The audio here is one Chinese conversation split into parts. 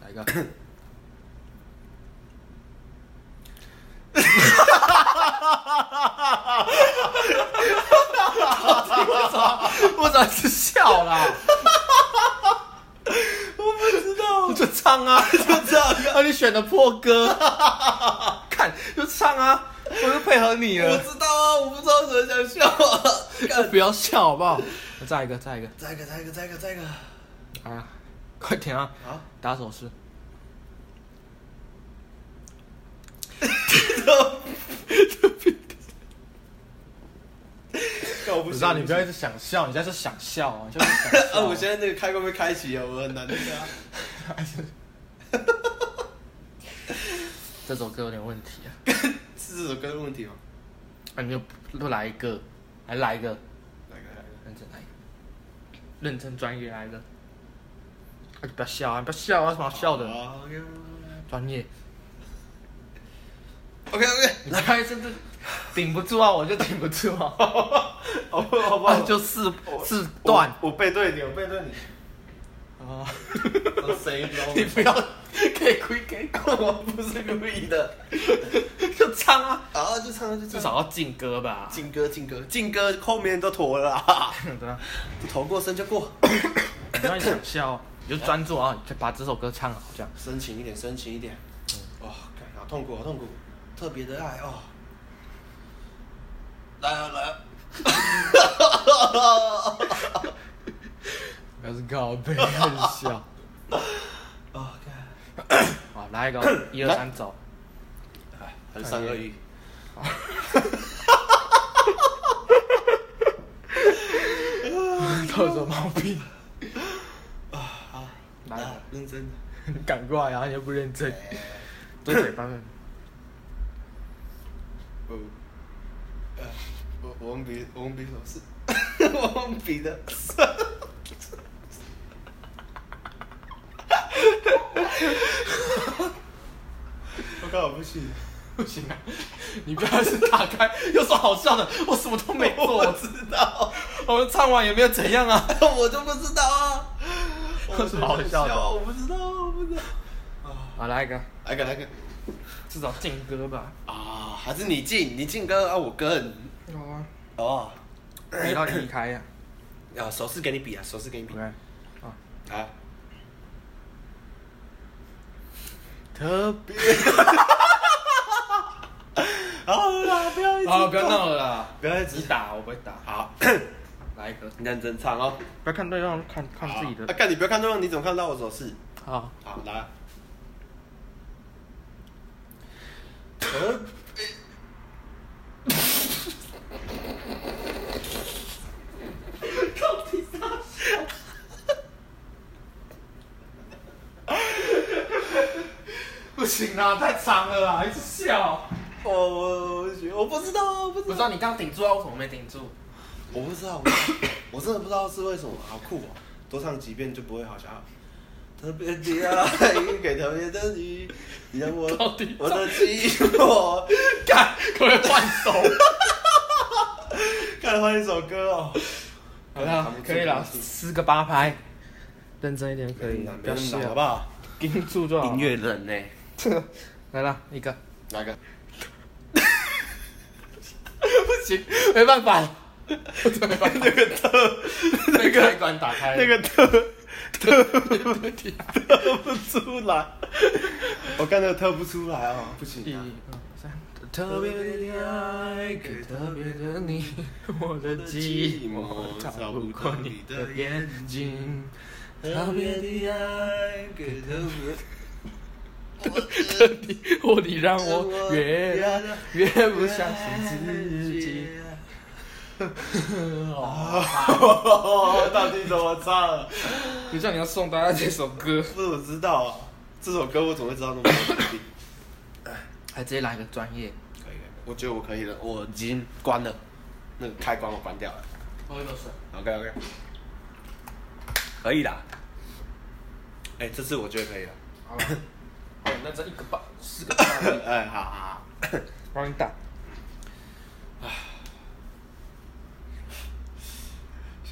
一个？我怎么是笑啦？我不知道，就唱啊，就这样。啊，你选的破歌，看就唱啊，我就配合你我了，知道啊，我不知道怎么想笑啊。就不要笑好不好？再一个，再一个，再一个，再一个，再一个，再一个。啊，快点啊，好，打手势。那我不不行知道你不要一行直想笑，你现在是想笑啊，你现在是 想笑。啊！我现在那个开关被开启了，我很难那个啊。这首歌有点问题啊，啊是这首歌的问题吗？那你就不来一个，来来一个，来个，来个。认真来一个，认真专业来一个。啊，你不要笑啊，你不要笑啊，有什么好笑的？好呀。专业， OK OK。你看真的顶不住啊，我就顶不住啊，好不好？啊就四四段我背对你，我背对你。啊，我 谁你都不要 给亏给我不是故意的。就唱啊，啊，就唱就唱。至少要进歌吧。 劲歌，劲歌，劲歌，后面都妥了啦，对啊，头过身就过，你不要想笑，你就专注啊，你就把这首歌唱好这样。深情一点，深情一点。哦，感好痛苦，好痛苦，特别的爱哦。来啊来啊！不要是告白，笑。哦， 好，来一个哦，一二三，走。看，还是三二一。到底有什么毛病？好，啊来啊认真的。你赶过来啊！你又不认真，对嘴巴们。哦，呃，我我们比我们比手 势，我们比的。我靠，我不 行。不行啊！你不要是打开，有什么好笑的？我什么都没做，我我知道，我们唱完也没有怎样啊。 我就不知道啊。有什么好笑的我不知道，我不知道。啊，好，来一个，来个来个至少劲歌吧。啊，还是你进，你进歌啊，我跟有啊，哦，你要离开呀。啊，手势给你比啊，手势给你比 OK，啊，啊。特别好啦，不要一直好，不要闹了啦！不要一你直打，我不会打。好，来一个， 你认真唱哦。不要看对方，看看自己啊，的。看你不要看对方，你怎么看到我手势？好，好，来啊。呃不行啦，太长了啦，一直笑。我哦我我不知道，我不不知知道，道你刚顶住啊，为什么没顶住？我不知道，我不知道我真的不知道是为什么，好酷哦！多唱几遍就不会好笑。特别的爱给特别的你，你让我到底我的寂寞。 干，可不可以换手？看换一首歌哦。好啦，可以了，四个八拍，认真一点可以，不不要要笑好笑不，好？盯住就好。音乐人呢？来了一个，哪个？不行，没办法了，我真没办法。那个特，那个开关打开，那个特个问题。特不出来，我刚才特不出来哦，不一行啊。二三，特别的爱给特别的你，我的寂寞照不过你的眼睛，特别的爱给特别，特地或你让我越越不相信自己。。哦， 到底怎么唱？你知道你要送大家这首歌，不是我知道啊，这首歌我怎么会知道那么多旋律？ 还直接来个专业。可以，我觉得我可以了，我已经关了，那个开关我关掉了。喝一口水。 OK OK，可以啦。哎、这次我觉得可以了。 好了，对，那这一个半，四个半，哎，好好好。帮你打。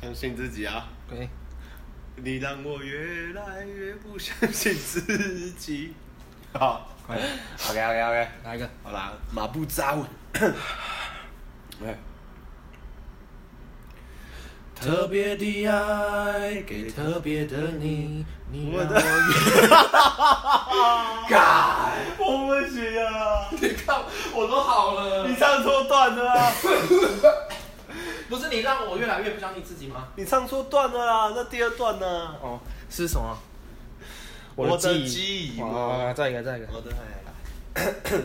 相信自己啊！啊可以。你让我越来越不相信自己。好快点，OK OK OK， 来一个，好啦，马步扎 稳。哎特别的爱给特别的你，你我让的 我我不行啊！越靠，我都好了你唱错段了啊！不是你让我越来越不相信自己吗？你唱错段了啊！那第二段呢？哦，是什么？我的记忆哦，再一个，再一个。我的哎。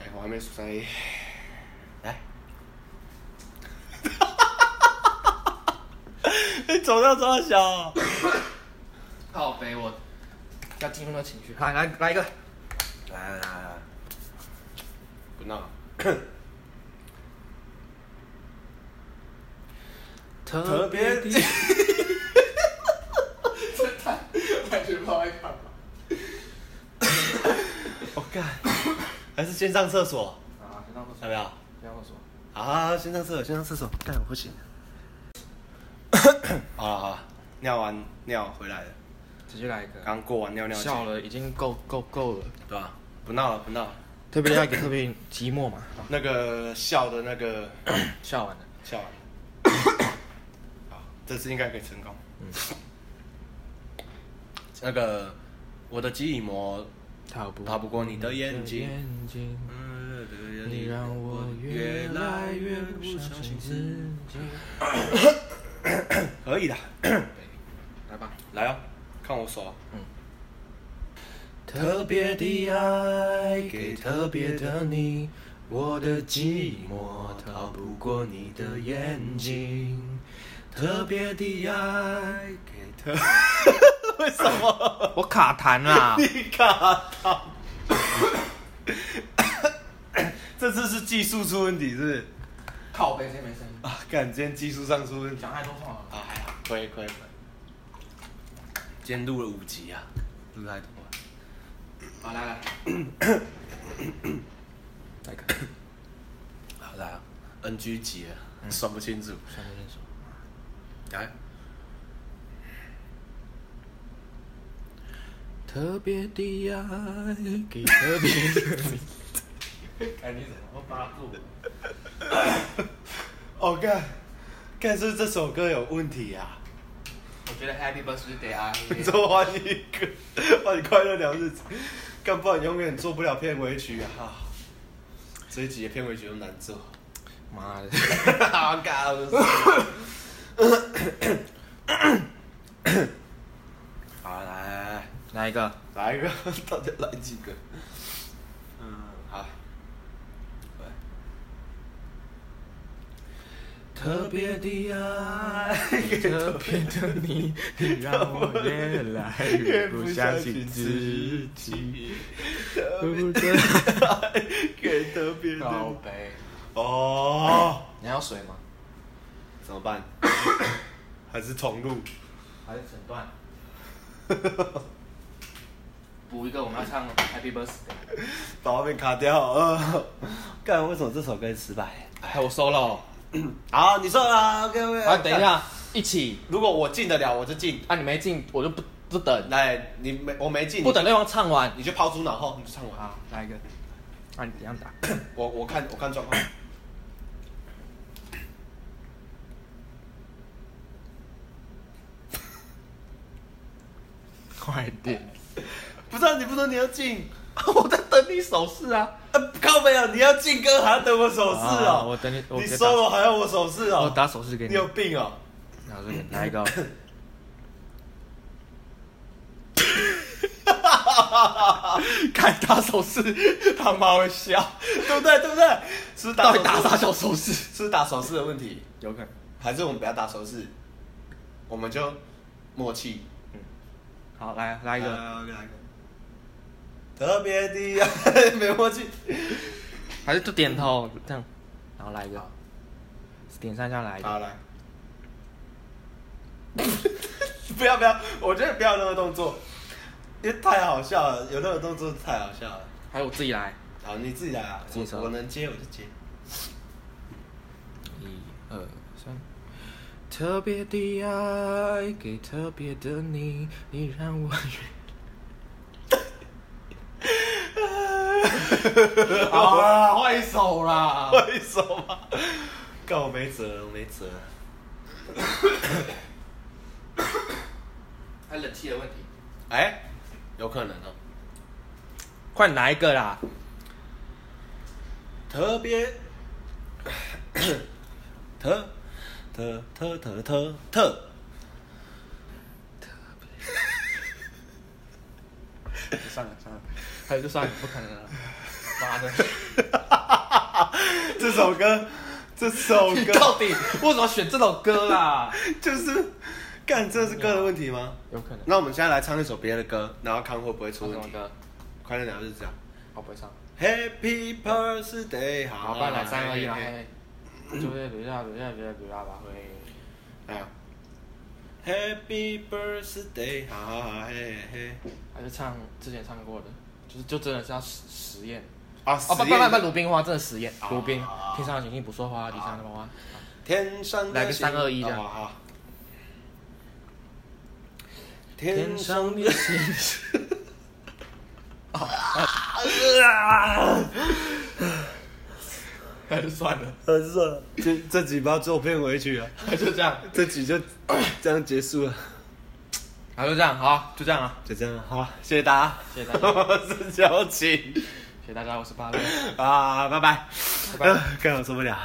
哎，我还没数三 A，来。哎你走到多小？靠北，我要进入那情绪。来来来一个，来来来来，哎不闹。哎特别的完全不知道在干嘛。哦我干，还哎是先上厕所，啊，先让我要不要？先让我说。啊，先上厕所，先上厕所，但我不行。好了好了，尿完尿回来了，直接来一个。刚过完尿尿节笑，了，已经够够够了。对吧、不闹了不闹了，特别要给特别寂寞嘛，那个笑的那个 笑完了。笑完了， 好，这次应该可以成功。嗯那个我的记忆魔逃不逃不过你的眼睛。眼睛，你你让我越来越不相信自己。可以的，来哦吧。来啊，看我手啊。特别的爱给特别的你，我的寂寞逃不过你的眼睛。特别的爱给特，为什么？我卡痰啊啦 你卡到？ 这次是技术出问题是不是？靠背谁没声音？啊，干，今天技术上出问题。讲太多话了。啊，还好，可以可以可以。今天录了五集啊，录太多了。好，来来， 来看，好来啊，NG 集了，算不清楚。下面先说。来，特别的爱给特别的你。看哎你怎么八住？ 哦干，干是不是这首歌有问题啊？我觉得 Happy Birthday 啊， 你说换一个，换你快乐聊日子，干不然永远做不了片尾曲啊！啊这一集的片尾曲都难做。 妈的，好搞好，来来一个。来一个， 大家来几个？嗯，好。特别的爱，特别的你，你让我越来越不相信自己。特别给特别高的杯，哦，你还有水吗？怎么办？还是重录？还是整段？补一个，我们要唱 Happy Birthday。把外面卡掉。呃，干，为什么这首歌失败？哎，我收了。好，你说啦，OK OK。啊，等一，下，一起。如果我进得了，我就进。啊，你没进，我就不不等，来，你没我没进，不等对方唱完。你就抛出脑后，你就唱完。好，来一个。啊，你怎样打？我我看我看状况。快点！不是、啊，你不说你要进？ 我在等你手势啊。啊，靠没有，你要进歌还要等我手势哦、啊我等你我你给打收了还要我手势哦、我打手势给你你。有病 哦、然后这个来一个。看打手 势，他妈会笑，对不对？对不对？是不是打到手底势打啥小手势？是不是打手势的问题， 有可能。还是我们不要打手势？我们就默契。好，来啊来一个，来来一个。特别的爱， 没默契。还是就点头这样，然后来一个，点三下来一好个。来。 不要不要，我觉得不要那个动作，因为太好笑了，有那个动作太好笑了。还有我自己来，好，你自己来啊， 自己我说我能接我就接。一二呃特别的爱给特别的你，你让我越。好啦，啊换一首啦。 为什么？干我没辙，我没辙。还冷气的问题，哎、有可能哦。快拿一个啦！特别， 特特特特特特，算了算了，还有就算了，不可能 了。妈的！ 这首歌，这首你歌到底为什么选这首歌啊啦？就是，干，这是歌的问题吗？有可能。那我们现在来唱一首别的歌，然后看会不会出唱什问么题。歌？快点聊日子啊我不会唱。 ！Happy birthday，好，好，不然来三二一啊啦嘿嘿嘿。就是比较比较比较比较吧，会。来啊！Happy birthday，好好好，嘿嘿嘿。还是唱之前唱过的，就是就真的是要实实验。啊，哦，不实不不验不，鲁冰花真的实验。啊鲁冰，天上的星星不说话，地上的花花。天上来个的星3-2-1这样哦好好天天上啊上的星星。 还是 算了，呃，是啊 这这集不要做片尾曲啊， 还是这样，这集 就这样结束了，还是这样，好，就这样啊。就这样，好，谢谢大家，谢谢大家 我是小晴谢谢大家，我是巴乐。啊，拜拜，拜拜 刚好受不了。